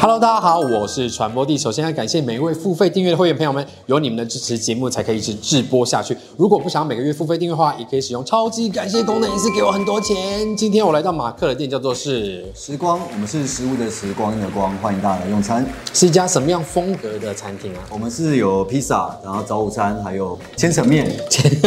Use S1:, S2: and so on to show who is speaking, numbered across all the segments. S1: Hello，大家好，我是传播帝。首先要感谢每一位付费订阅的会员朋友们，有你们的支持，节目才可以一直直播下去。如果不想每个月付费订阅的话，也可以使用超级感谢功能，一次给我很多钱。今天我来到马克的店，叫做是
S2: 时光，我们是食物的时光，的光，欢迎大家来用餐。
S1: 是一家什么样风格的餐厅啊？
S2: 我们是有披萨，然后早午餐，还有千层面，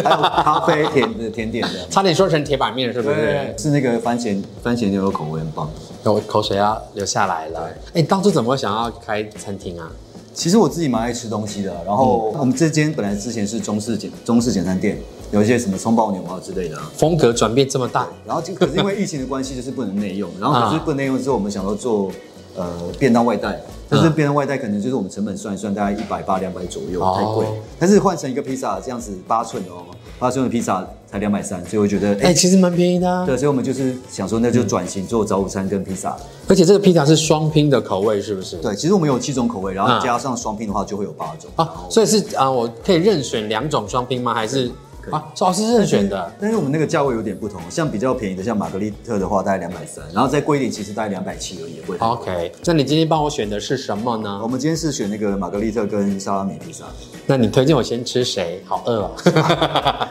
S2: 还有咖啡甜的甜点 的。
S1: 差点说成铁板面是不是
S2: 对，？是那个番茄番茄牛肉口味很棒。
S1: 我口水要流下来了。哎、你当初怎么会想要开餐厅啊？
S2: 其实我自己蛮爱吃东西的，然后我们这间本来之前是中式简中式简餐店，有一些什么葱爆牛啊之类的啊。
S1: 风格转变这么大，
S2: 然后就可是因为疫情的关系，就是不能内用。然
S1: 啊
S2: 后可是不能内用之后，我们想要做呃便当外带，但是便当外带可能就是我们成本算一算，大概一百八两百左右，
S1: 哦
S2: 太贵。但是换成一个披萨这样子八寸的哦，八寸的披萨才两百三，所以我觉得
S1: 哎、
S2: 哎。
S1: 其实嗯蛮便宜的、啊。
S2: 对，所以我们就是想说，那就转型做早午餐跟披萨。
S1: 而且这个披萨是双拼的口味，是不是？
S2: 对，其实我们有七种口味，然
S1: 嗯
S2: 后加上双拼的话就会有八种。
S1: 啊，所以是啊，我可以任选两种双拼吗？还是
S2: 可以
S1: 啊，哦是任选的
S2: 但是我们那个价位有点不同，像比较便宜的，像玛格丽特的话大概两百三，然后再贵一点，其实大概两百七而已，也不会太贵。
S1: ？OK，那你今天帮我选的是什么呢
S2: 我？们今天是选那个玛格丽特跟沙拉米披萨，
S1: 那你推荐我先吃谁？好饿 哦。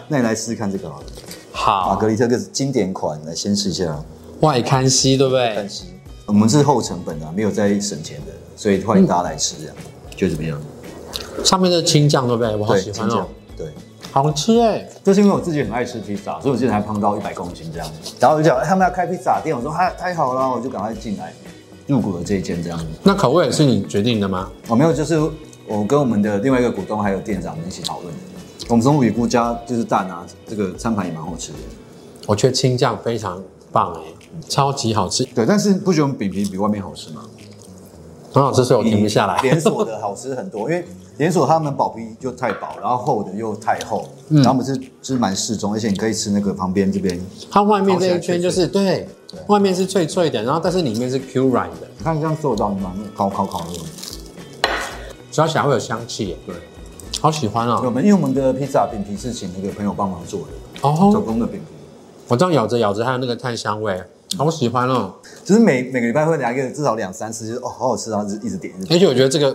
S2: 那你来试试看这个好了。玛
S1: 好，啊哎
S2: 格丽特个经典款，来先试一下。
S1: 外看西对不对
S2: 但？是我们是后成本的、啊，没有在省钱的，所以欢迎大家来吃，这样、觉得怎么样？
S1: 上面的青酱对不对？我嗯好喜欢
S2: 请
S1: 哦
S2: 讲，对。
S1: 好吃哎。
S2: 这是因为我自己很爱吃披萨，所以我之前还胖到一百公斤这样。然后我就讲哎他们要开披萨店，我说太太好了，我就赶快进来入股了这一间这样。
S1: 那口味也是你决定的吗？
S2: 我没有，就是我跟我们的另外一个股东还有店长我们一起讨论的。我们中午也顾家就是蛋啊，这个餐盘也蛮好吃的。
S1: 我觉得青酱非常棒哎，超级好吃，
S2: 对，但是不觉得我们饼皮比外面好吃吗？
S1: 很好吃，所以我停不下来。
S2: 连锁的好吃很多，因为连锁他们薄皮就太薄，然后厚的又太厚，然后我们是是蛮适中，而且你可以吃那个旁边这边，你
S1: 它外面这一圈就是对
S2: 对，
S1: 外面是脆脆的，然后但是里面是 Q 软的，
S2: 看这样做到蛮烤烤烤的。
S1: 嚼起来会有香气耶，
S2: 对，
S1: 好喜欢哦。
S2: 我们因为我们的披萨饼皮是请那个朋友帮忙做的，手
S1: 哦，
S2: 工的饼皮，
S1: 我这样咬着咬着，还有那个炭香味，好喜欢哦！
S2: 就是每每个礼拜会来个至少两三次，就是哦好好吃啊，然后一直点一直点。
S1: 而且我觉得这个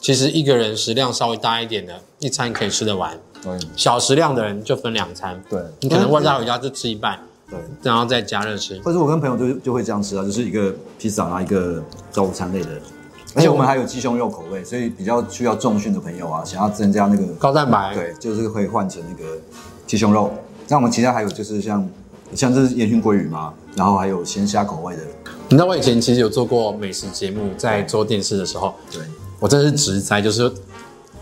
S1: 其实一个人食量稍微大一点的，一餐可以吃得完；
S2: 对
S1: 小食量的人就分两餐，
S2: 对
S1: 你可能外带回家就吃一半，
S2: 对，
S1: 然后再加热吃。
S2: 或者我跟朋友就就会这样吃啊，就是一个披萨，然啊后一个早午餐类的。而且我们还有鸡胸肉口味，所以比较需要重训的朋友啊，想要增加那个
S1: 高蛋白，
S2: 对，就是会换成那个鸡胸肉。那我们其他还有就是像像这是烟熏鲑鱼嘛，然后还有鲜虾口味的，
S1: 你知道我以前其实有做过美食节目，在做电视的时候，
S2: 对，
S1: 我真的是直栽，就是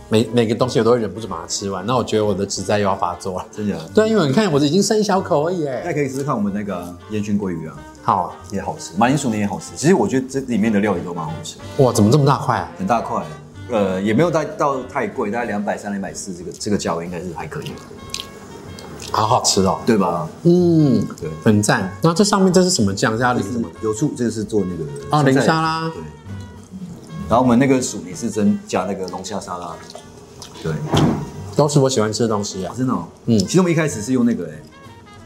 S1: 每每个东西我都会忍不住把它吃完。那我觉得我的直栽又要发作了。
S2: 真的假的。
S1: 对，因为你看我已经剩一小口而已耶。
S2: 大家可以试试看我们那个啊烟熏鲑鱼啊，
S1: 好啊，
S2: 也好吃，马铃薯泥也好吃。其实我觉得这里面的料理都蛮好吃，
S1: 哇，怎么这么大块啊？
S2: 很大块，呃，也没有到到太贵，大概两百三、两百四这个这个价位应该是还可以，
S1: 好好吃哦。
S2: 对吧？
S1: 嗯，
S2: 对，
S1: 很赞。然后这上面这是什么酱？这要淋
S2: 这
S1: 什
S2: 是
S1: 么？
S2: 有醋，这个是做那个
S1: 哦，
S2: 生
S1: 淋
S2: 菜
S1: 沙拉
S2: 对。然后我们那个薯泥是真加那个龙虾沙拉，对。
S1: 都是我喜欢吃的东西啊。
S2: 真的、哦，
S1: 嗯
S2: 嗯，其实我们一开始是用那个、欸、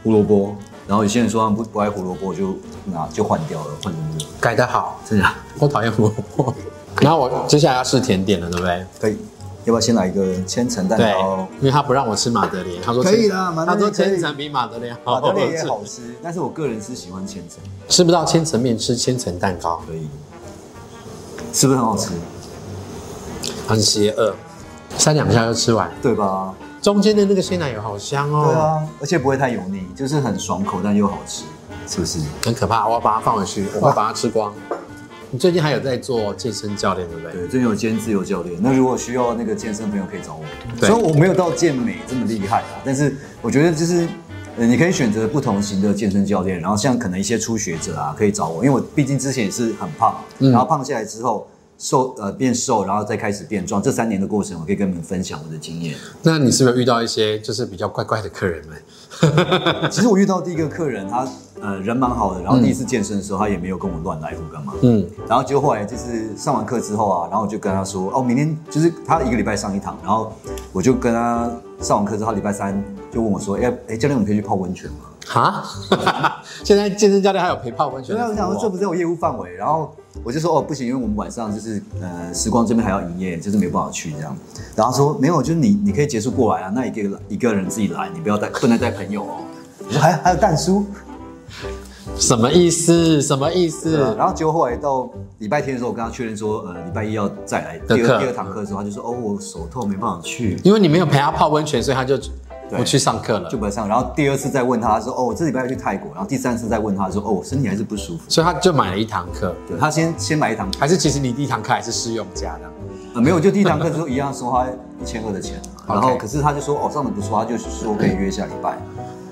S2: 胡萝卜，然后有些人说他们不不爱胡萝卜，就拿就换掉了，换成那个，
S1: 改得好，
S2: 真的啊、
S1: 我讨厌胡萝卜。然后我接下来要试甜点了，对不对？
S2: 可以，要不要先来一个千层蛋
S1: 对
S2: 糕？，啊
S1: 因为他不让我吃马德莲，他说
S2: 可以
S1: 千
S2: 啦马德
S1: 他
S2: 莲
S1: 说
S2: 可以
S1: 千层比马德莲好好
S2: 马德
S1: 吃
S2: 莲也。好吃，但是我个人是喜欢千层，
S1: 吃不到千层面，吃千层蛋糕，
S2: 可以，是不是很好吃？
S1: 很邪恶。三两下就吃完，
S2: 对吧？
S1: 中间的那个鲜奶油好香
S2: 对
S1: 哦，
S2: 啊，而且不会太油腻，就是很爽口但又好吃，是不是？
S1: 很可怕。我要把它放回去，我会把它吃光。你最近还有在做健身教练，对不对？
S2: 对，最近有兼自由教练，那如果需要那个健身朋友可以找我。
S1: 对
S2: 虽然我没有到健美这么厉害啊，但是我觉得就是，呃，你可以选择不同型的健身教练，然后像可能一些初学者啊，可以找我，因为我毕竟之前也是很胖，然后胖下来之后瘦呃变瘦，然后再开始变壮，这三年的过程，我可以跟你们分享我的经验。
S1: 那你是不是有遇到一些就是比较怪怪的客人们？
S2: 其实我遇到第一个客人，他呃人蛮好的，然后第一次健身的时候，他也没有跟我乱来或干嘛。
S1: 嗯
S2: 嗯，然后结果后来就是上完课之后啊，然后我就跟他说，哦，明天就是他一个礼拜上一堂，然后我就跟他上完课之后，他礼拜三就问我说：“哎、哎、教练，我们可以去泡温泉吗
S1: 哈， 现在健身教练还有陪泡温？”泉
S2: 对
S1: 的
S2: 啊，
S1: 服务哦。
S2: 我想说这不在我业务范围，然后我就说：“哦，不行，因为我们晚上就是呃时光这边还要营业，就是没办法去这样。”然后他说：“没有，就是你你可以结束过来啊，那一个一个人自己来，你不要带不能带朋友哦。”我说：“还还有蛋叔。”
S1: 什么意思？什么意思？
S2: 对啊，然后结果后来到礼拜天的时候，我跟他确认说，呃，礼拜一要再来
S1: 的
S2: 第
S1: 课
S2: 二第二堂课的嗯时候，他就说，哦，我手痛没办法去，
S1: 因为你没有陪他泡温泉，所以他就不
S2: 对
S1: 去上课了
S2: 就。不来上。然后第二次再问他说，哦，我这礼拜要去泰国。然后第三次再问他说，哦，我身体还是不舒服。
S1: 所以他就买了一堂课，
S2: 对他先先买一堂，
S1: 还是其实你第一堂课还是试用价的。
S2: 呃，没有，就第一堂课之后一样收他一千二的 钱。然后可是他就说，哦，上的不错，他就说可以约下礼拜。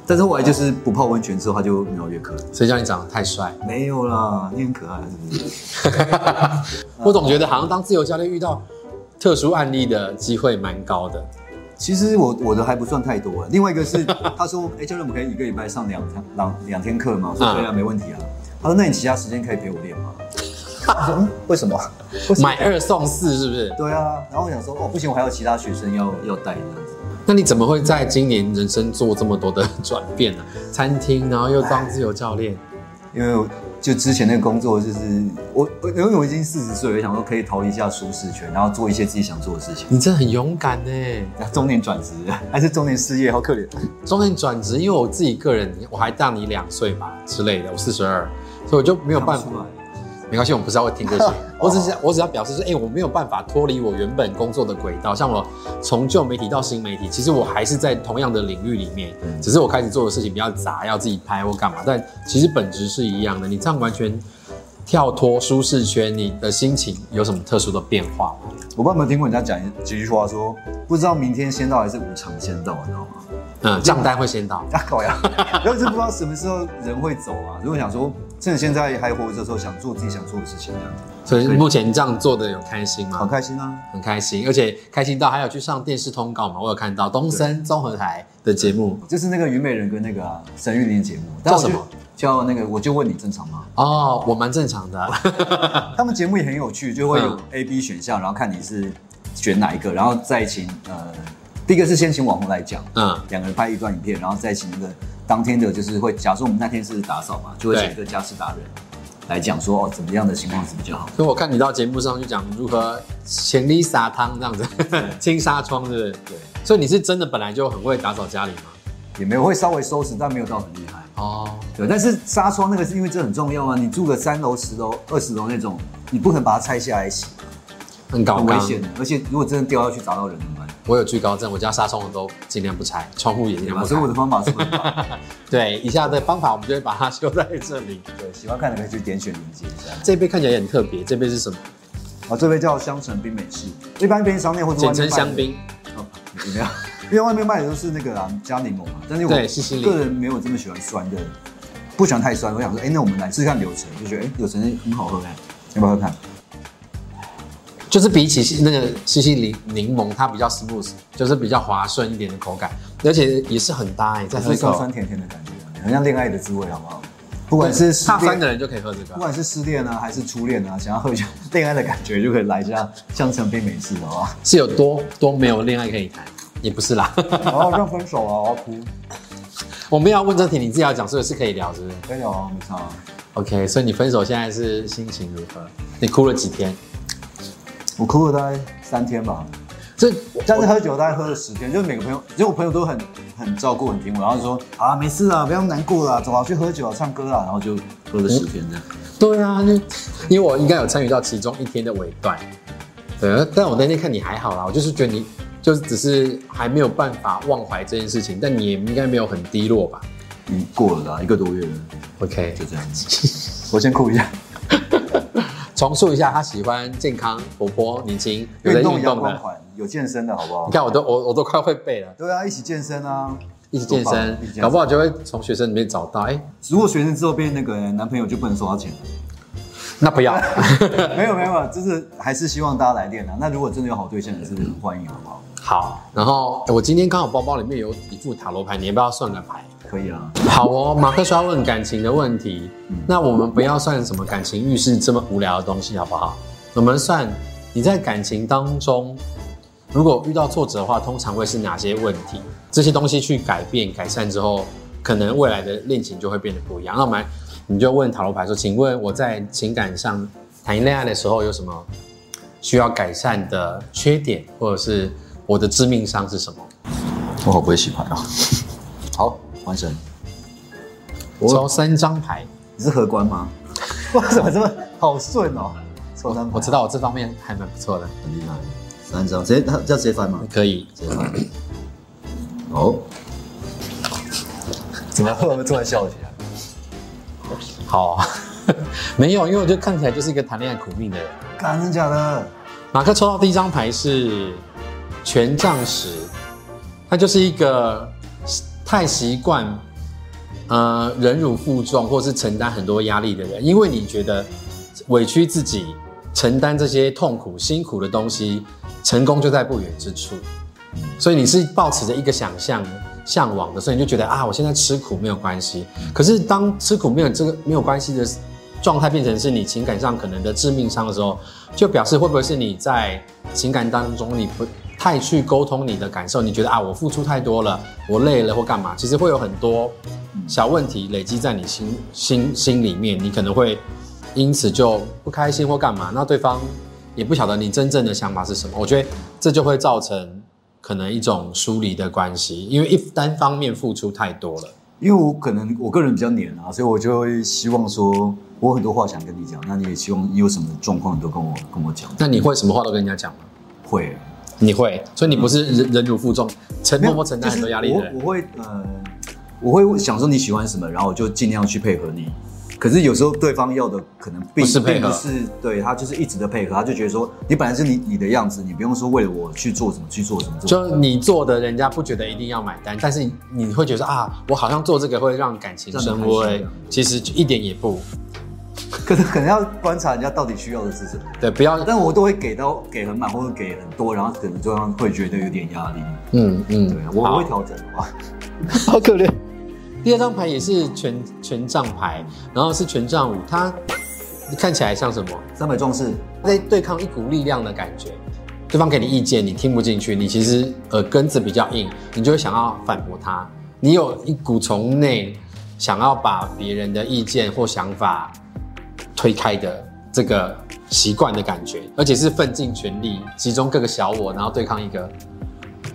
S2: 但是后来就是不泡温泉之后，他就没有约课。
S1: 谁叫你长得太帅？
S2: 没有啦，你很可爱，是不是？
S1: 我总觉得好像当自由教练遇到特殊案例的机会蛮高的。
S2: 其实我我的还不算太多了，啊另外一个是 他说，哎、教练，我们可以一个礼拜上两堂两两天课吗？我说
S1: 嗯
S2: 对啊，没问题啊。他说，那你其他时间可以陪我练吗？我说，嗯，为什么？为什么
S1: 买二送四是不是？
S2: 对啊，然后我想说，哦，不行，我还有其他学生要要带这样子。
S1: 那你怎么会在今年人生做这么多的 转变呢、餐厅，然后又当自由教练，
S2: 因为我就之前那个工作，就是我我因为我已经四十岁了，我想说可以逃离一下舒适圈，然后做一些自己想做的事情。
S1: 你真的很勇敢呢。
S2: 中年转职还是中年失业，好可怜。
S1: 中间转职，因为我自己个人，我还大你两岁吧之类的，我四十二，所以我就没 有办法
S2: 看不出来。
S1: 没关系，我们不是要听这 些，我只是我只要表示说，哎、我没有办法脱离我原本工作的轨道，像我从旧媒体到新媒体，其实我还是在同样的领域里面，
S2: 嗯
S1: 只是我开始做的事情比较杂，要自己拍或干嘛，但其实本质是一样的。你这样完全跳脱舒适圈，你的心情有什么特殊的变化吗？
S2: 我不知道有没有听过人家讲一几句话说不知道明天先到还是无常先到，你知道吗？
S1: 嗯，账单会先到，
S2: 啊，搞呀！ 然后就不知道什么时候人会走啊。如果想说，趁现在还活着的时候，想做自己想做的事情，这样子
S1: 所以目前这样做的有开心吗？
S2: 好开心啊！
S1: 很开心，而且开心到还有去上电视通告嘛，我有看到东森综合台的节目
S2: 就是那个虞美人跟那个啊沈玉琳的节目，但我
S1: 叫什
S2: 就
S1: 么？
S2: 叫那个我就问你正常吗？
S1: 哦，我蛮正常 的，
S2: 他们节目也很有趣，就会有
S1: 嗯
S2: A、B 选项，然后看你是选哪一个，然后再请呃，第一个是先请网红来讲，
S1: 嗯，
S2: 两个人拍一段影片，然后再请那个当天的，就是会假设我们那天是打扫嘛，就会请一个家事达人来讲说哦，怎么样的情况是比较好的。
S1: 所以我看你到节目上就讲如何潜力撒汤这样子， 清纱窗是不是？
S2: 对，
S1: 所以你是真的本来就很会打扫家里吗？
S2: 也没有会稍微收拾，但没有到很厉害。
S1: 哦，
S2: 对，但是纱窗那个是因为这很重要啊，你住个三楼、十楼、二十楼那种，你不可能把它拆下来洗，
S1: 很搞
S2: 很危
S1: 纲，
S2: 险的。而且如果真的掉下去砸到人怎么办？
S1: 我有惧高症，我家纱窗我都尽量不拆，窗户也尽
S2: 对
S1: 量
S2: 吧？
S1: 不
S2: 所以我
S1: 拆。
S2: 的方法是很 棒。
S1: 对，以下的方法我们就会把它修在这里。
S2: 对，喜欢看的可以去点选链接一下。
S1: 这杯看起来也很特别，这杯是什么？
S2: 好，这杯叫香橙冰美式，一般便利商店或者
S1: 简
S2: 外面
S1: 称
S2: 卖的
S1: 香。槟。
S2: 哦，有没有？因为外面卖的都是那个啊加柠檬嘛，但是我
S1: 对西西里
S2: 个人没有这么喜欢酸的，不喜欢太酸。我想说，哎、那我们来试试看柳橙，就觉得哎、柳橙很好喝哎，要不要喝看？
S1: 就是比起那个西西里柠檬，它比较 smooth，就是比较滑顺一点的口感，而且也是很搭哎、再
S2: 就
S1: 喝
S2: 是
S1: 一
S2: 酸
S1: 口
S2: 酸。甜甜的感觉，很像恋爱的滋味，好不好？不管是失
S1: 大三
S2: 恋，
S1: 的人就可以喝这
S2: 不
S1: 个，
S2: 管是失恋啊，还是初恋啊，想要喝一下 恋爱的感觉，就可以来一下香橙冰美式，好不好？
S1: 是有多多没有恋爱可以谈，也不是啦。
S2: 然后让分手啊，我要哭，
S1: 我们要问这题，你自己要讲，所以是可以聊，是不是
S2: 可以啊，没差啊。
S1: ？OK，所以你分手现在是心情如何？你哭了几天？
S2: 我哭了大概三天吧，
S1: 这
S2: 但是喝酒大概喝了十天，就是每个朋友，其实我朋友都很很照顾、很听我，然后就说啊没事啊，不要难过了，走啊去喝酒啊、唱歌啊，然后就喝
S1: 嗯
S2: 了十天这样。
S1: 对啊，就因为我应该有参与到其中一天的尾段，对，但我那天看你还好啦，我就是觉得你就是只是还没有办法忘怀这件事情，但你也应该没有很低落吧
S2: 嗯，过了啦，一个多月了，
S1: ？OK，
S2: 就这样子。我先哭一下，
S1: 重述一下，他喜欢健康、活泼、年轻，有在
S2: 运动
S1: 运
S2: 阳
S1: 动
S2: 光
S1: 的。
S2: 款，有健身的好不好
S1: 你？看，我都我我都快会背了，
S2: 对啊，一起健身啊，
S1: 一起健
S2: 多棒
S1: 身
S2: 一起，健
S1: 搞不好就会从学生里面找到。哎、
S2: 如果学生之后变那个男朋友，就不能收他钱。
S1: 那不要，
S2: 没有没有，就是还是希望大家来练啊。那如果真的有好对象，也是很欢迎，好不好？
S1: 好。然后哎我今天刚好包包里面有一副塔罗牌，你要不要算个牌？
S2: 可以啊。
S1: 好哦，马克说要问感情的问题，那我们不要算什么感情遇事这么无聊的东西，好不好？我们算你在感情当中如果遇到挫折的话，通常会是哪些问题？这些东西去改变、改善之后，可能未来的恋情就会变得不一样。那我们你就问塔罗牌说：“请问我在情感上谈恋爱的时候有什么需要改善的缺点，或者是我的致命伤是什么
S2: 我好不会洗牌啊！ 好，完神，？”我
S1: 抽三张牌，
S2: 你是荷官 吗？哇，怎么这 么好顺哦？抽三牌
S1: 我知道我这方面还蛮不错的，
S2: 很厉害，三张，直接他要直接翻吗？
S1: 可以。
S2: 直接翻。哦， 怎么会突然笑起来？
S1: 好、 没有，因为我就看起来就是一个谈恋爱苦命的人。
S2: 干真的假的？
S1: 马克抽到第一张牌是权杖十，他就是一个太习惯呃忍辱负重或是承担很多压力的人，因为你觉得委屈自己、承担这些痛苦、辛苦的东西，成功就在不远之处，所以你是抱持着一个想象。向往的，所以你就觉得啊，我现在吃苦没有关系。可是当吃苦没有这个没有关系的状态变成是你情感上可能的致命伤的时候，就表示会不会是你在情感当中你不太去沟通你的感受，你觉得啊我付出太多了，我累了或干嘛，其实会有很多小问题累积在你心心心里面，你可能会因此就不开心或干嘛，那对方也不晓得你真正的想法是什么，我觉得这就会造成可能一种疏离的关系，因为一单方面付出太多了。
S2: 因为我可能我个人比较黏啊，所以我就会希望说，我有很多话想跟你讲，那你也希望你有什么状况你都跟我跟我讲。
S1: 那你会什么话都跟人家讲吗？
S2: 会，啊
S1: 你会，所以你不是忍忍辱负重，承默默承担很多压力的
S2: 就是
S1: 人。
S2: 我我会呃，我会想说你喜欢什么，然后我就尽量去配合你。可是有时候对方要的可能并
S1: 不是配合
S2: 并不是对他就是一直的配合，他就觉得说你本来是你你的样子，你不用说为了我去做什么去做什么。做什么
S1: 就你做的，人家不觉得一定要买单，但是你会觉得啊，我好像做这个会让感情升
S2: 让你开
S1: 温
S2: 心啊，
S1: 其实就一点也不
S2: 可是可能要观察人家到底需要的是什么。
S1: 对，不要，
S2: 但我都会给到给很满或者给很多，然后可能对方会觉得有点压力。
S1: 嗯
S2: 对啊
S1: 嗯，，
S2: 我
S1: 好
S2: 我会调整的话。
S1: 好可怜。第二张牌也是权权杖牌，然后是权杖五，它看起来像什么？
S2: 三百壮士，
S1: 在对抗一股力量的感觉。对方给你意见，你听不进去，你其实耳根子比较硬，你就会想要反驳他。你有一股从内想要把别人的意见或想法推开的这个习惯的感觉，而且是奋尽全力，集中各个小我，然后对抗一个。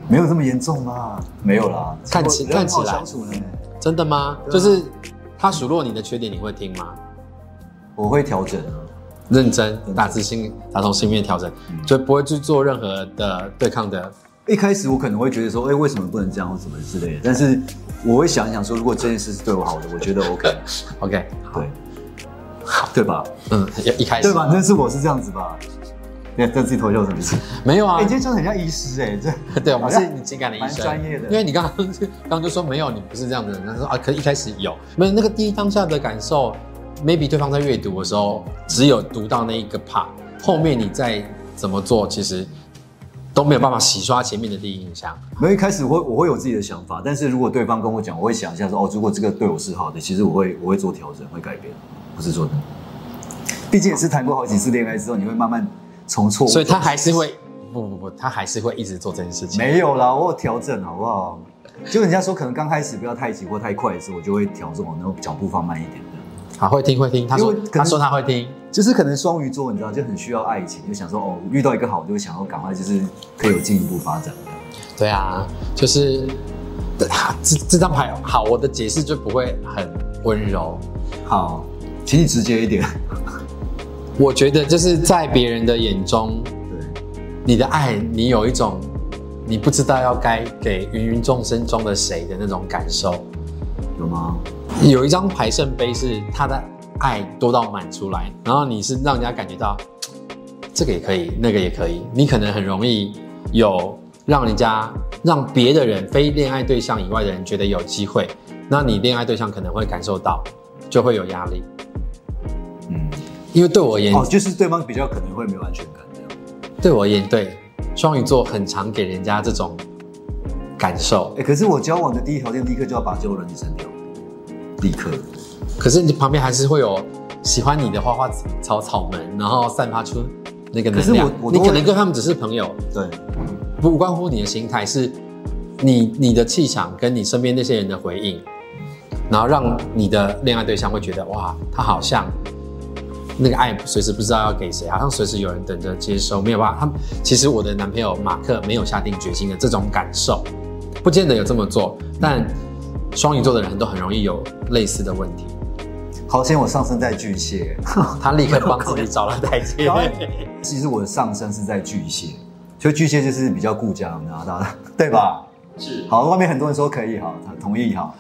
S2: 没有这么严重啦，没有啦，
S1: 看起
S2: 我人
S1: 看起来
S2: 好相处呢，
S1: 真的吗？
S2: 对啊
S1: 就是他数落你的缺点，你会听吗？
S2: 我会调整。啊
S1: 认真，
S2: 真
S1: 打自心，打从心里面调整，
S2: 嗯
S1: 就不会去做任何的对抗的
S2: 一开始我可能会觉得说，哎、为什么不能这样或什么之类的，但是我会想一想说，如果这件事是对我好的，我觉得 OK，
S1: OK，好，
S2: 对，对吧？
S1: 嗯，一一开始
S2: 对吧？那是我是这样子吧？你看这自己头像什么意思？
S1: 没有啊
S2: 哎、，你今天穿得很像医师哎、这
S1: 对，我们
S2: 好
S1: 是
S2: 像
S1: 你情感的医
S2: 蛮
S1: 生，
S2: 专业的
S1: 因为你刚刚就刚刚就说没有，你不是这样的人。他说啊，可是一开始有，没有那个第一当下的感受，maybe 对方在阅读的时候只有读到那一个 part，后面你再怎么做，其实都没有办法洗刷前面的第一印象。
S2: 没有一开始我会我会有自己的想法，但是如果对方跟我讲，我会想一下说，哦，如果这个对我是好的，其实我会我会做调整，会改变，不是说的。毕竟也是谈过好几次恋爱之后，你会慢慢从错误中学
S1: 所
S2: 习，
S1: 以他还是会不不不，他还是会一直做这件事情。
S2: 没有啦，我有调整好不好？就人家说可能刚开始不要太急或太快的时候，我就会调整我那种脚步放慢一点的。
S1: 好，会听会听，他说
S2: 因为可能
S1: 他说他会听，
S2: 就是可能双鱼座你知道就很需要爱情，就想说哦遇到一个好就会想要赶快就是可以有进一步发展。
S1: 对啊，就是。对啊这这张牌好，我的解释就不会很温柔，
S2: 好，请你直接一点。
S1: 我觉得就是在别人的眼中，
S2: 对，
S1: 你的爱，你有一种你不知道要该给芸芸众生中的谁的那种感受。
S2: 有吗？
S1: 有一张牌圣杯是他的爱多到满出来，然后你是让人家感觉到嘖这个也可以，那个也可以，你可能很容易有让人家让别的人非恋爱对象以外的人觉得有机会，那你恋爱对象可能会感受到，就会有压力。
S2: 哦嗯，
S1: 因为对我而言，
S2: 哦，就是对方比较可能会没有安全感这样。
S1: 对我而言，对双鱼座很常给人家这种感受。
S2: 哎、可是我交往的第一条件立刻就要把交友软件删掉，立刻。
S1: 可是你旁边还是会有喜欢你的花花草草们，然后散发出那个
S2: 可
S1: 能
S2: 是
S1: 量
S2: 我。我
S1: 你
S2: 都会
S1: 可能跟他们只是朋友，
S2: 对，
S1: 不无关乎你的心态，是你你的气场跟你身边那些人的回应，然后让你的恋爱对象会觉得哇，他好像那个爱随时不知道要给谁，好像随时有人等着接收，没有办法。他们其实我的男朋友马克没有下定决心的这种感受，不见得有这么做，但双鱼座的人都很容易有类似的问题。
S2: 好险我上升在巨蟹，
S1: 他立刻帮自己找了台阶。
S2: 其实我的上升是在巨蟹，所以巨蟹就是比较顾家，然后 对吧？
S3: 是
S2: 好，外面很多人说可以，好，同意好。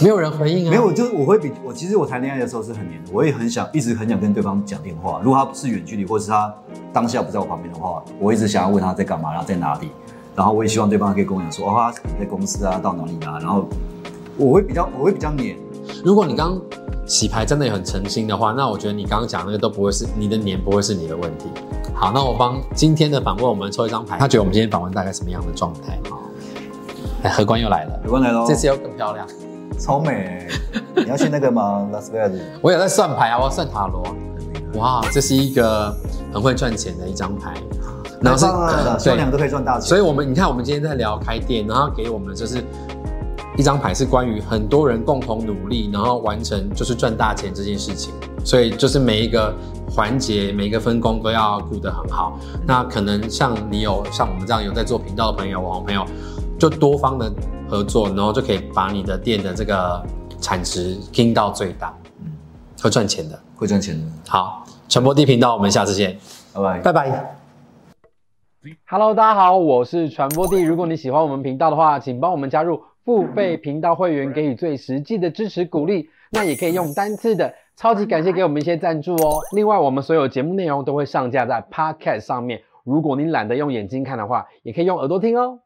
S1: 没有人回应啊，
S2: 没有，我就我会比我其实我谈恋爱的时候是很黏的，我也很想一直很想跟对方讲电话。如果他不是远距离，或是他当下不在我旁边的话，我一直想要问他在干嘛，然后在哪里，然后我也希望对方可以跟我讲说，哦，他可能在公司啊，到哪里啊，然后我会比较我会比较黏，
S1: 如果你刚刚洗牌真的很诚心的话，那我觉得你刚刚讲那个都不会是你的年不会是你的问题。好，那我帮今天的访问我们抽一张牌，他觉得我们今天访问大概什么样的状态？哎，荷官又来了，
S2: 有关来喽，
S1: 这次又更漂亮。
S2: 超美、 你要去那个吗？拉斯维加斯？
S1: 我有在算牌啊，我要算塔罗。哇，这是一个很会赚钱的一张牌，然后是、呃
S2: 太棒了
S1: 对
S2: 双两个可以赚大钱，
S1: 所以我们你看，我们今天在聊开店，然后给我们就是一张牌，是关于很多人共同努力，然后完成就是赚大钱这件事情。所以就是每一个环节、每一个分工都要顾得很好。那可能像你有像我们这样有在做频道的朋友、网红朋友，就多方的合作，然后就可以把你的店的这个产值盯到最大，会赚钱的。
S2: 会赚钱的，
S1: 好，传播地频道，我们下次见，
S2: 拜拜。
S1: 拜拜。
S4: Hello，大家好，我是传播帝。如果你喜欢我们频道的话，请帮我们加入付费频道会员，给予最实际的支持鼓励。那也可以用单次的，超级感谢给我们一些赞助哦。另外，我们所有节目内容都会上架在 Podcast 上面，如果你懒得用眼睛看的话，也可以用耳朵听哦。